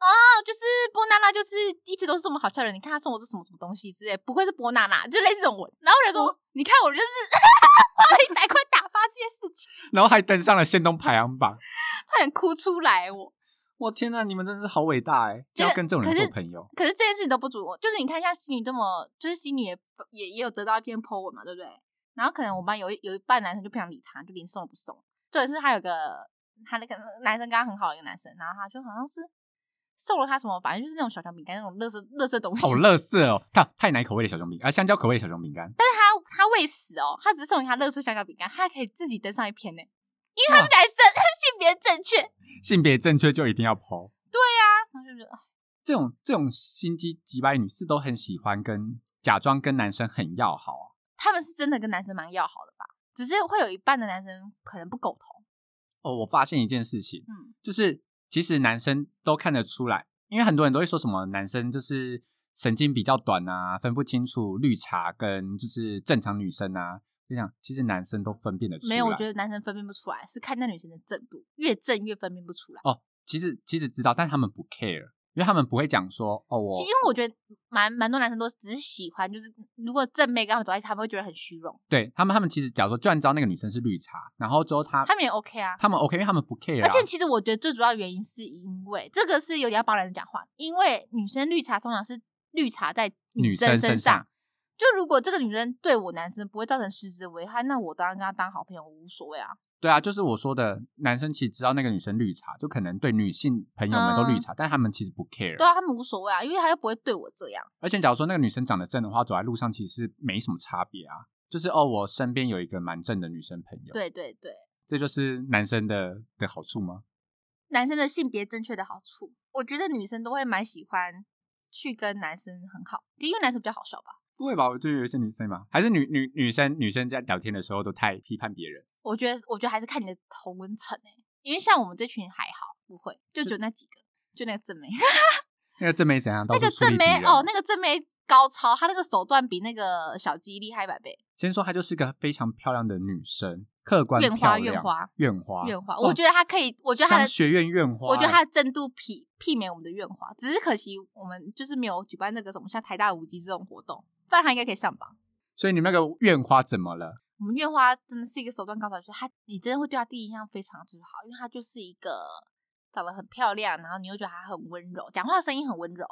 A: 哦，就是波娜娜，就是一直都是这么好笑的人。你看她送我这什么什么东西之类，不愧是波娜娜，就类似这种文。然后我就说，
B: 哦
A: 你看我就是 花了一百块打发这件事情，
B: 然后还登上了县东排行榜。
A: 差点哭出来我。
B: 我天呐，你们真是好伟大哎！
A: 这
B: 要
A: 个
B: 跟这种人
A: 可是
B: 做朋友，
A: 可是这件事情都不足，就是你看像悉尼这么，就是悉尼也也也有得到一篇 po 文嘛，对不对？然后可能我们班有一有一半男生就不想理他，就连送都不送。重点是他有个他那个男生跟他很好的一个男生，然后他就好像是送了他什么，反正就是那种小小饼干那种乐色乐色东西，
B: 好乐色哦！太太奶口味的小熊饼，啊，香蕉口味的小熊饼干，
A: 他他为此哦，他只是送给他乐色香蕉饼干，他还可以自己登上一篇呢，因为他是男生， 性别正确啊，
B: 性别正确就一定要剖。
A: 然后就觉得
B: 这种这种心机几百女士都很喜欢跟假装跟男生很要好啊。
A: 他们是真的跟男生蛮要好的吧，只是会有一半的男生可能不苟同，
B: 哦，我发现一件事情，
A: 嗯，
B: 就是其实男生都看得出来，因为很多人都会说什么男生就是神经比较短啊，分不清楚绿茶跟就是正常女生啊。就这样，其实男生都分辨得出来。
A: 没有，我觉得男生分辨不出来，是看那女生的正度，越正越分辨不出来，
B: 哦，其实其实知道，但他们不 care，因为他们不会讲说哦，我
A: 就因为我觉得蛮蛮多男生都只是喜欢，就是如果正妹跟他们走在一起，他们会觉得很虚荣，
B: 对他们他们其实假如说，就算知道那个女生是绿茶，然后之后他
A: 他们也 OK 啊。
B: 他们 OK，因为他们不 care，、啊、
A: 而且其实我觉得最主要原因是因为这个是有点要帮男生讲话，因为女生绿茶通常是绿茶在
B: 女
A: 生
B: 身
A: 上。就如果这个女生对我男生不会造成实质危害，那我当然跟她当好朋友无所谓啊。
B: 对啊，就是我说的，男生其实知道那个女生绿茶，就可能对女性朋友们都绿
A: 嗯
B: 茶，但他们其实不 care。
A: 对啊，他们无所谓啊，因为他又不会对我这样。
B: 而且假如说那个女生长得正的话，走在路上其实没什么差别啊。就是哦，我身边有一个蛮正的女生朋友，，
A: 对对对，
B: 这就是男生的的好处吗？
A: 男生的性别正确的好处，我觉得女生都会蛮喜欢去跟男生很好，因为男生比较好笑吧。
B: 不会吧？我就有一些女生嘛，还是女女女生女生在聊天的时候都太批判别人，
A: 我觉得，我觉得还是看你的同温层诶、因为像我们这群还好，不会，就只有那几个，就那个正妹。
B: 那个正妹怎样？
A: 那个
B: 到处树立
A: 正妹
B: 敌人
A: 哦，那个正妹高超，她那个手段比那个小鸡厉害一百倍。
B: 先说她就是个非常漂亮的女生，客观
A: 院
B: 漂
A: 花院
B: 亮
A: 花
B: 院花
A: 院花，
B: 哦
A: 我觉得它可以，我觉得它
B: 商
A: 的
B: 学院院花，欸
A: 我觉得它的震度媲媲美我们的院花，只是可惜我们就是没有举办那个什么像台大舞姬这种活动，不然它应该可以上榜。
B: 所以你们那个院花怎么了？
A: 我们院花真的是一个手段高手，就是他，你真的会对他第一印象非常之好，因为他就是一个长得很漂亮，然后你又觉得她很温柔，讲话声音很温柔，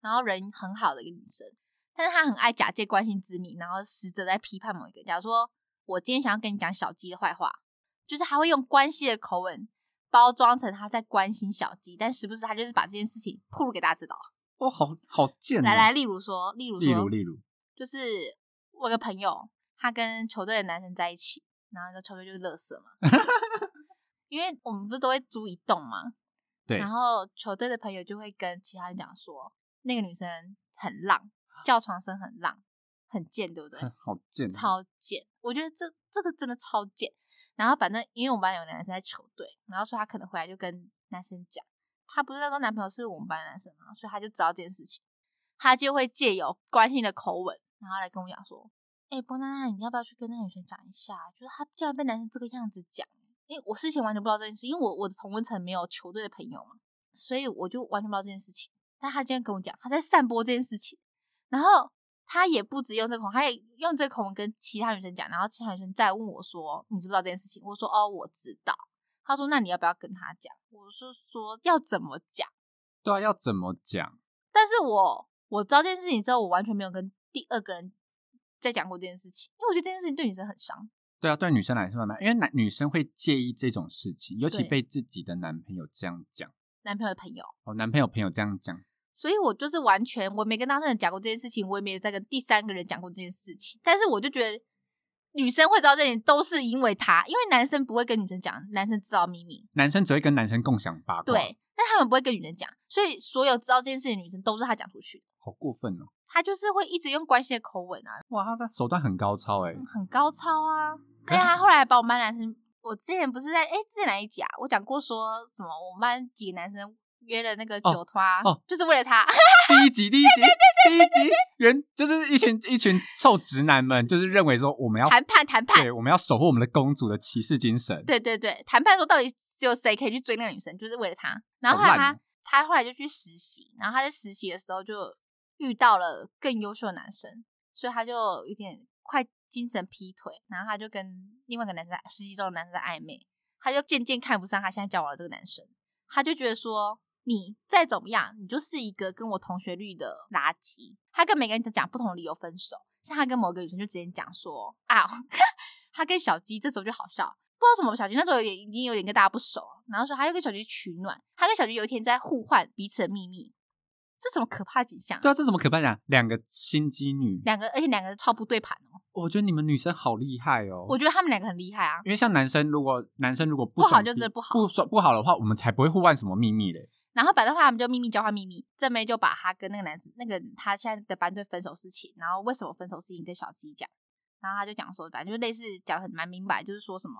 A: 然后人很好的一个女生。但是她很爱假借关心之名，然后实则在批判某一个人。假如说我今天想要跟你讲小鸡的坏话，就是他会用关系的口吻包装成他在关心小鸡，但时不时他就是把这件事情透露给大家知道。
B: 哇，好好贱、哦！
A: 来来，例如说，例如说，
B: 例如例如，
A: 就是我有个朋友，他跟球队的男生在一起，然后那球队就是乐色 嘛，因为我们不是都会租一栋嘛，
B: 对
A: 然，后球队的朋友就会跟其他人讲说，那个女生很浪，叫床声很浪，很贱，对不对？
B: 好贱哦，
A: 超贱，我觉得这这个真的超贱。然后反正因为我们班有男生在球队，然后说他可能回来就跟男生讲，他不是那时候男朋友是我们班的男生嘛，所以他就知道这件事情，他就会借由关心的口吻，然后来跟我讲说：“哎、波娜娜，你要不要去跟那个女生讲一下？啊就是她竟然被男生这个样子讲。”因为我事前完全不知道这件事，因为我我的同温层没有球队的朋友嘛，所以我就完全不知道这件事情。但他今天跟我讲，他在散播这件事情，然后他也不止用这个口吻，他也用这个口吻跟其他女生讲，然后其他女生再问我说：“你知不知道这件事情？”我说：“哦，我知道。”他说：“那你要不要跟他讲？”我是说要怎么讲，
B: 对啊，要怎么讲？
A: 但是我我知道这件事情之后，我完全没有跟第二个人再讲过这件事情，因为我觉得这件事情对女生很伤。
B: 对啊，对女生来说蛮，因为男女生会介意这种事情，尤其
A: 对
B: 被自己的男朋友这样讲，
A: 男朋友的朋友，
B: 哦，男朋友朋友这样讲，
A: 所以我就是完全我没跟当事人讲过这件事情，我也没有再跟第三个人讲过这件事情。但是我就觉得女生会知道这点，都是因为他，因为男生不会跟女生讲，男生知道秘密，
B: 男生只会跟男生共享八卦，
A: 对，，但他们不会跟女生讲，所以所有知道这件事情的女生都是他讲出去的。
B: 好过分哦！
A: 他就是会一直用关系的口吻啊，
B: 哇，他的手段很高超哎，
A: 很高超啊。
B: 可
A: 而且
B: 是
A: 他后来把我们班男生，我之前不是在哎之前哪一集啊？我讲过说什么我们班几个男生约了那个
B: 哦
A: 酒托，啊
B: 哦
A: 就是为了他。
B: 第一集，第一集，第一集，原就是一群一群臭直男们，就是认为说我们要
A: 谈判谈判
B: 对，我们要守护我们的公主的骑士精神，
A: 对对对，谈判说到底只有谁可以去追那个女生，就是为了她。然后后来
B: 好烂
A: 他他后来就去实习，然后他在实习的时候就遇到了更优秀的男生，所以他就有点快精神劈腿，然后他就跟另外一个男生在实习中的男生在暧昧，他就渐渐看不上他现在交往的这个男生，他就觉得说你再怎么样，你就是一个跟我同学率的垃圾。他跟每个人讲不同的理由分手，像他跟某个女生就直接讲说啊， 他跟小鸡这时候就好笑，不知道什么小鸡那时候有点已经有点跟大家不熟了，然后说他又跟小鸡取暖，他跟小鸡有一天在互换彼此的秘密，这什么可怕的景象啊？
B: 对啊，这怎么可办啊？两个心机女，
A: 两个而且两个超不对盘哦，
B: 我觉得你们女生好厉害哦，
A: 我觉得他们两个很厉害啊。
B: 因为像男生，如果男生如果不
A: 不好
B: 爽
A: 就
B: 彼
A: 真的不好
B: 不爽不好的话，我们才不会互换什么秘密嘞。
A: 然后反正后来他们就秘密交换秘密，正妹就把她跟那个男子，那个她现在的班队分手事情，然后为什么分手事情跟小鸡讲，然后他就讲说，反正就类似讲的很蛮明白，就是说什么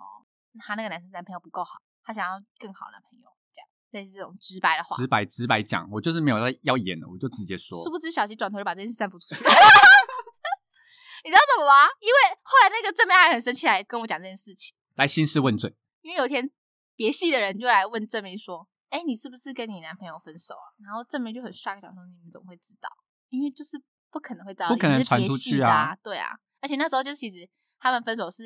A: 她那个男生男朋友不够好，她想要更好的男朋友，这样类似这种直白的话。
B: 直白直白讲，我就是没有在要演了，我就直接说。
A: 殊不知小鸡转头就把这件事散布出去。 你知道怎么吗？因为后来那个正妹还很生气来跟我讲这件事情，
B: 来兴师问罪，
A: 因为有一天别系的人就来问正妹说：“哎、你是不是跟你男朋友分手啊？”然后正妹就很帅，想说你们怎么会知道？因为就是不可能会知道，
B: 不可能
A: 因为是别
B: 传出去
A: 系的啊
B: 啊
A: 对啊，而且那时候就其实他们分手是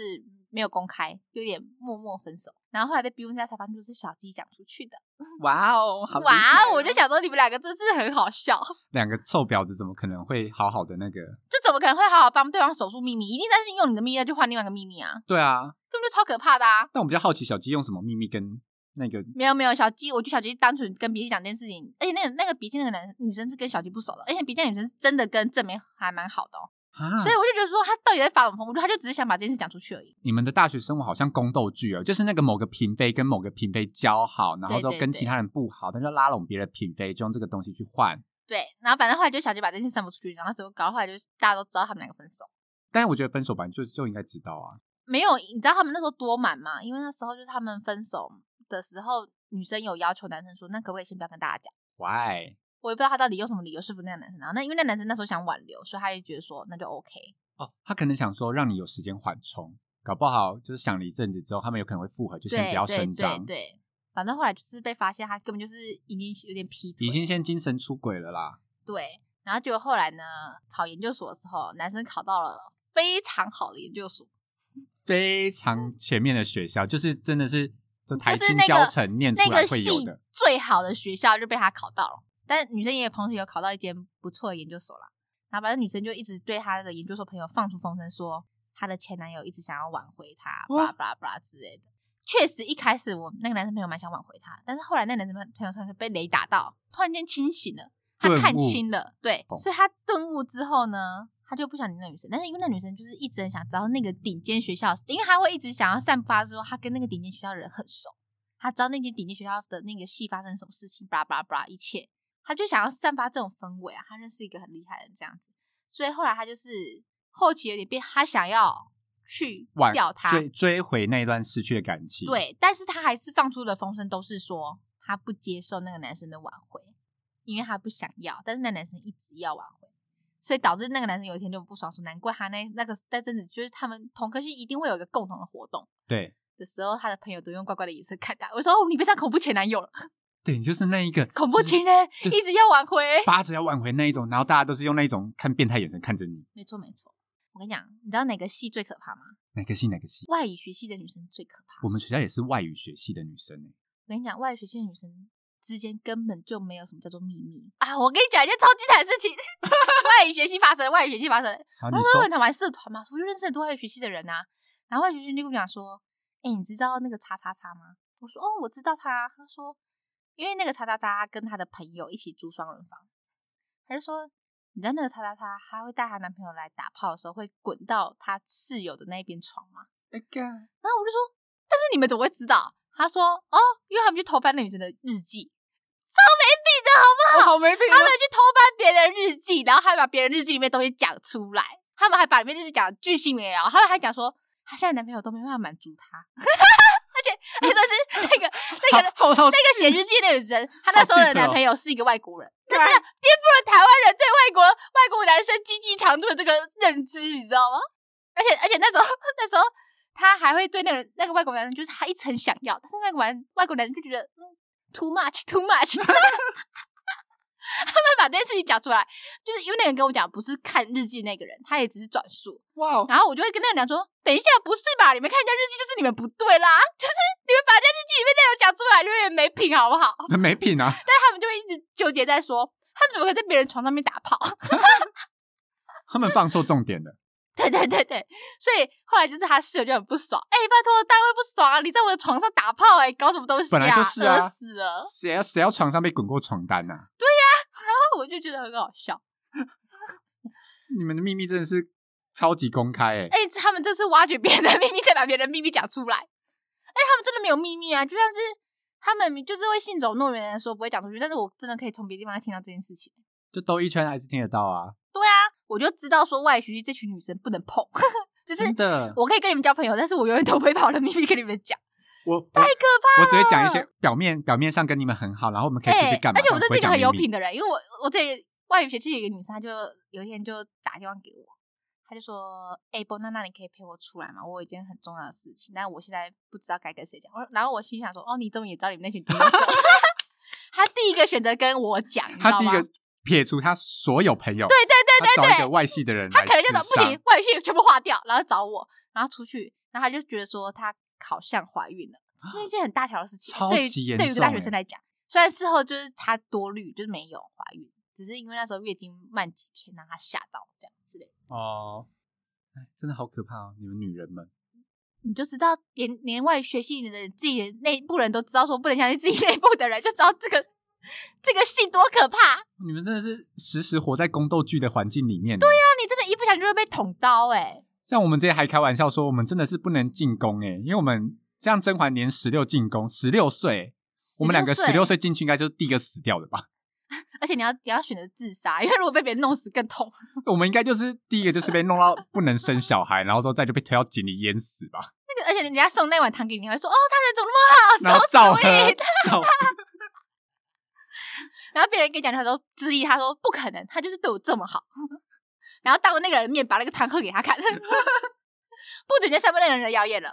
A: 没有公开，有点默默分手。然后后来被逼问下才发现，就是小鸡讲出去的。
B: 哇哦，好厉
A: 哇，
B: 害哦
A: 我就想说你们两个真是很好笑。
B: 两个臭婊子怎么可能会好好的那个？
A: 这怎么可能会好好帮对方守住秘密？一定担心用你的秘密再去换另外一个秘密啊，
B: 对啊，
A: 根本就超可怕的啊！
B: 但我比较好奇小鸡用什么秘密跟那个
A: 没有没有，小鸡，我觉得小鸡单纯跟别姬讲这件事情，而且那个那个别姬那个男女生是跟小鸡不熟的，而且别姬那个女生是真的跟正美还蛮好的哦，
B: 啊，
A: 所以我就觉得说他到底在发什么疯？我觉得他就只是想把这件事讲出去而已。
B: 你们的大学生活好像宫斗剧哦，就是那个某个嫔妃跟某个嫔妃交好，然后之后
A: 对对
B: 跟
A: 对
B: 其他人不好，但就拉拢别的嫔妃，就用这个东西去换。
A: 对，然后反正后来就小啊鸡把这件事散播出去，然后最后搞到后来就大家都知道他们两个分手。
B: 但是我觉得分手本来就就应该知道啊，
A: 没有，你知道他们那时候多满吗？因为那时候就是他们分手的时候，女生有要求男生说，那可不可以先不要跟大家讲？
B: why？
A: 我也不知道他到底用什么理由说服那个男生。然后那因为那男生那时候想挽留，所以他也觉得说那就 OK。
B: 哦，他可能想说让你有时间缓冲，搞不好就是想了一阵子之后，他们有可能会复合，就先
A: 对
B: 不要
A: 对
B: 声
A: 对
B: 张，
A: 对，反正后来就是被发现他根本就是已经有点劈腿，
B: 已经先精神出轨了啦。
A: 对，然后结果后来呢，考研究所的时候，男生考到了非常好的研究所，
B: 非常前面的学校，就是真的是就台
A: 就是
B: 青
A: 那
B: 教
A: 个
B: 程念
A: 那
B: 出来
A: 个
B: 会有
A: 系
B: 的。
A: 最好的学校就被他考到了，但女生也同时有考到一间不错的研究所啦。然后反正女生就一直对她的研究所朋友放出风声说，她的前男友一直想要挽回她，巴
B: 哇
A: 拉巴拉巴拉之类的。确实，一开始我那个男生朋友蛮想挽回她，但是后来那个男生朋友突然就被雷打到，突然间清醒了，他
B: 顿
A: 看
B: 悟
A: 清了，对，
B: 懂
A: 所以他顿悟之后呢，他就不想理那女生。但是因为那女生就是一直很想知道那个顶尖学校，因为他会一直想要散发说他跟那个顶尖学校的人很熟，他知道那间顶尖学校的那个系发生什么事情，巴拉巴拉巴拉一切，他就想要散发这种氛围啊。他认识一个很厉害的人这样子，所以后来他就是后期有点变，他想要去
B: 挽
A: 钓他，
B: 追追回那段失去的感情，，
A: 对，但是他还是放出的风声都是说他不接受那个男生的挽回，因为他不想要，但是那男生一直要挽回，所以导致那个男生有一天就不爽，说难怪他那那个那阵子就是他们同科系一定会有一个共同的活动
B: 对
A: 的时候，他的朋友都用怪怪的眼神看他，我说哦，你被他恐怖前男友了，
B: 对，你就是那一个
A: 恐怖情人
B: 这
A: 一直要挽回，
B: 八子要挽回那一种，然后大家都是用那一种看变态眼神看着你，
A: 没错没错。我跟你讲，你知道哪个系最可怕吗？
B: 哪个系哪个系？
A: 外语学系的女生最可怕。
B: 我们学校也是外语学系的女生、欸、
A: 我跟你讲，外语学系的女生之间根本就没有什么叫做秘密啊！我跟你讲一件超精彩的事情， 外语学系发生，外语学系发生。我
B: 好，啊你
A: 那时候
B: 说
A: 很常玩社团嘛，我就认识很多外语学系的人啊。然后外语学系就跟我讲说：“哎、你知道那个叉叉叉吗？”我说：“哦，我知道他。”他说：“因为那个叉叉叉跟他的朋友一起租双人房，他就说。”你知道那个叉叉叉，她会带她男朋友来打炮的时候，会滚到她室友的那边床吗？
B: 哎干
A: 然后我就说，但是你们怎么会知道？他说，哦，因为他们去偷翻那女生的日记，超没品的好不
B: 我好没品啊
A: 好？他们去偷翻别人的日记，然后还把别人日记里面的东西讲出来，他们还把里面日记讲得巨细靡遗，他们还讲说，她现在男朋友都没办法满足 她，而且而且就是那个那个
B: 啊，好好
A: 那个写日记的女人，她那时候
B: 好
A: 的
B: 地道
A: 男朋友是一个外国人，真的颠覆了 台湾人对外国外国男生经济强度的这个认知，你知道吗？而且而且那时候 那时候他还会对那个那个外国男生，就是他一直很想要，但是那个玩外国男生就觉得嗯 too much too much，他 们把这件事情讲出来，就是因为那个人跟我讲不是看日记那个人，他也只是转述，
B: 哇哦，
A: 然后我就会跟那个人讲说：“等一下，不是吧？你们看人家日记就是你们不对啦， 就是你们把人家日记里面内容讲出来，你们也没品好不好
B: 很没品啊！？”
A: 但他们就会一直纠结在说，他们怎么可以在别人床上面打炮？
B: 他们放错重 点了，
A: 对对对对，所以后来就是他室友就很不爽，哎、拜托，当然会不爽啊！你在我的床上打炮、哎，搞什么东西啊？
B: 本来就是啊
A: 饿死了。
B: 谁要谁要床上被滚过床单呐、啊？
A: 然后我就觉得很好笑，
B: 你们的秘密真的是超级公开哎、
A: 哎、他们这是挖掘别人的秘密， 再把别人的秘密讲出来。哎、他们真的没有秘密啊，就像是他们就是会信守诺言的说不会讲出去，但是我真的可以从别的地方听到这件事情。
B: 就兜一圈还是听得到啊，
A: 对啊，我就知道说外语学习这群女生不能碰， 就是
B: 真的。
A: 我可以跟你们交朋友，但是我永远都不会把我的秘密跟你们讲，
B: 我我
A: 太可怕了。
B: 我
A: 哎
B: 只会讲一些表面表面上跟你们很好，然后我们可以出去干嘛？
A: 而且我
B: 但
A: 这是
B: 不会
A: 一个
B: 讲
A: 很有
B: 秘密
A: 品的人，因为我我这外语学系有一个女生，她就有一天就打电话给我，她就说：“哎、波娜娜，你可以陪我出来吗？我有一件很重要的事情，但我现在不知道该跟谁讲。”我然后我心想说：“哦，你终于也知道你们那群女生。” 她第一个选择跟我讲，你知
B: 他
A: 道
B: 第一
A: 吗？
B: 个撇除他所有朋友，
A: 对对对
B: 他找一
A: 对
B: 个外系的人
A: 他
B: 来智商，
A: 可能就找不行，外语系全部划掉，然后找我，然后出去，然后他就觉得说他好像怀孕了，这是一件很大条的事情，
B: 啊超
A: 对于
B: 级严
A: 对于一个大学
B: 重
A: 生
B: 欸
A: 来讲，虽然事后就是他多虑，就是没有怀孕，只是因为那时候月经慢几天，让他吓到这样之类的，
B: 哦，哎，真的好可怕哦，你们女人们。
A: 你就知道连连外语学系的人自己的内部人都知道说不能相信自己内部的人，就知道这个这个性多可怕，让
B: 你们真的是时时活在宫斗剧的环境里面。欸对呀、
A: 你真的一不小心就会被捅刀哎、
B: 像我们之前还开玩笑说，我们真的是不能进宫哎，因为我们像甄嬛年十六进宫，十六岁，我们两个十六
A: 岁，
B: 岁进去应该就是第一个死掉的吧？
A: 而且你要你要选择自杀，因为如果被别人弄死更痛。
B: 我们应该就是第一个就是被弄到不能生小孩，然后之后再就被推到井里淹死吧，
A: 而且人家送那碗糖给你，你还会说哦，他人怎么那么
B: 然
A: 好
B: 后
A: ，so
B: 照喝
A: sweet。
B: 照喝
A: 然后别人跟你讲，他都质疑，他说不 可能，他就是对我这么好。然后当着那个人面把那个糖喝给他看， 不准再散播那个人的谣言了。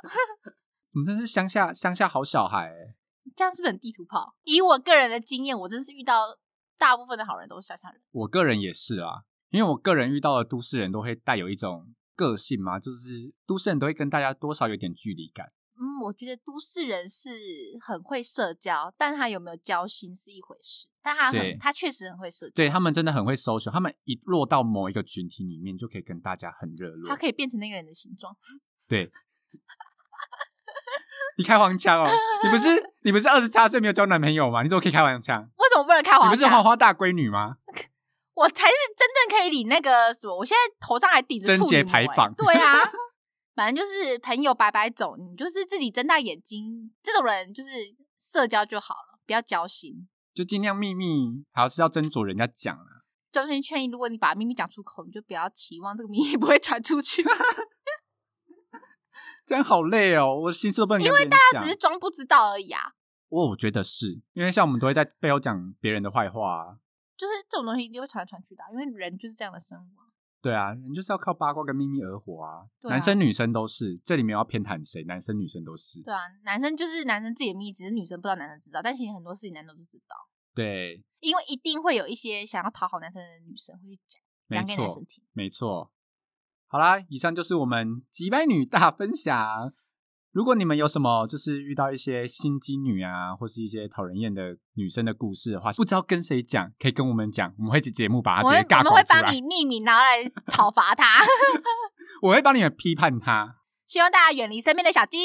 B: 你们真是乡下乡下好小孩、欸。
A: 这样是不是很地图炮？以我个人的经验，我真是遇到大部分的好人都是乡下人。
B: 我个人也是啦，因为我个人遇到的都市人都会带有一种个性嘛，就是都市人都会跟大家多少有点距离感。
A: 嗯，我觉得都市人是很会社交，但他有没有交心是一回事。但他
B: 对
A: 很，他确实很会社交，
B: 对他们真的很会 social，他们一落到某一个群体里面，就可以跟大家很热络
A: 他。可以变成那个人的形状。
B: 对，你开黄腔哦！你不是你不是二十八岁没有交男朋友吗？你怎么可以开黄腔？
A: 为什么不能开
B: 你
A: 黄
B: 不是黄
A: 腔？
B: 花大闺女吗？
A: 我才是真正可以理那个什么，我现在头上还顶着
B: 贞
A: 处女
B: 洁
A: 膜
B: 牌
A: 欸
B: 坊
A: 对啊， 反正就是朋友白白走，你就是自己睁大眼睛，这种人就是社交就好了，不要交心。
B: 就尽量秘密，还是要斟酌人家讲啊。
A: 周深劝你，如果你把秘密讲出口，你就不要期望这个秘密 不会传出去，
B: 这样好累哦，我心思都不能跟别人
A: 只
B: 讲
A: 是。装不知道而已啊。
B: 我我觉得是因为像我们都会在背后讲别人的坏话、啊，
A: 就是这种东西一定会传来传去的啊、因为人就是这样的生物啊。
B: 对啊，人就是要靠八卦跟秘密而活啊。
A: 对啊
B: 男生女生都是，这里没有要偏袒谁，男生女生都是。
A: 对啊，男生就是男生自己的秘密，只是女生不知道男生知道，但其实很多事情男生都知道，
B: 对，
A: 因为一定会有一些想要讨好男生的女生会去讲，
B: 没
A: 讲给男
B: 错
A: 生，听。
B: 没错。好啦，以上就是我们几百女大分享。如果你们有什么就是遇到一些心机女啊，或是一些讨人厌的女生的故事的话，不知道跟谁讲，可以跟我们讲，我们会节节目把它
A: 我
B: 啊直接
A: 们我
B: 尬
A: 们
B: 搞
A: 会
B: 出
A: 帮
B: 来。
A: 你匿名，然后来讨伐他。
B: 我会帮你们批判她。
A: 希望大家远离身边的小鸡。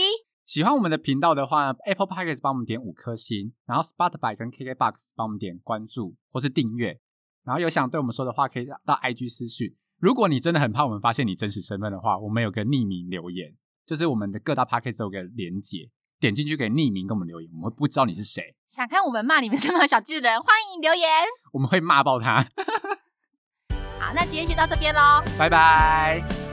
B: 喜欢我们的频道的话，Apple Podcast 帮我们点五颗星，然后 Spotify 跟 KKBox 帮我们点关注或是订阅。然后有想对我们说的话，可以到 IG 私讯。如果你真的很怕我们发现你真实身份的话，我们有个匿名留言，就是我们的各大 Podcast 都有个连接，点进去给匿名跟我们留言，我们会不知道你是谁，
A: 想看我们骂你们身边的小鸡的人，欢迎留言。
B: 我们会骂爆他。
A: 好，那今天先到这边喽。
B: 拜拜。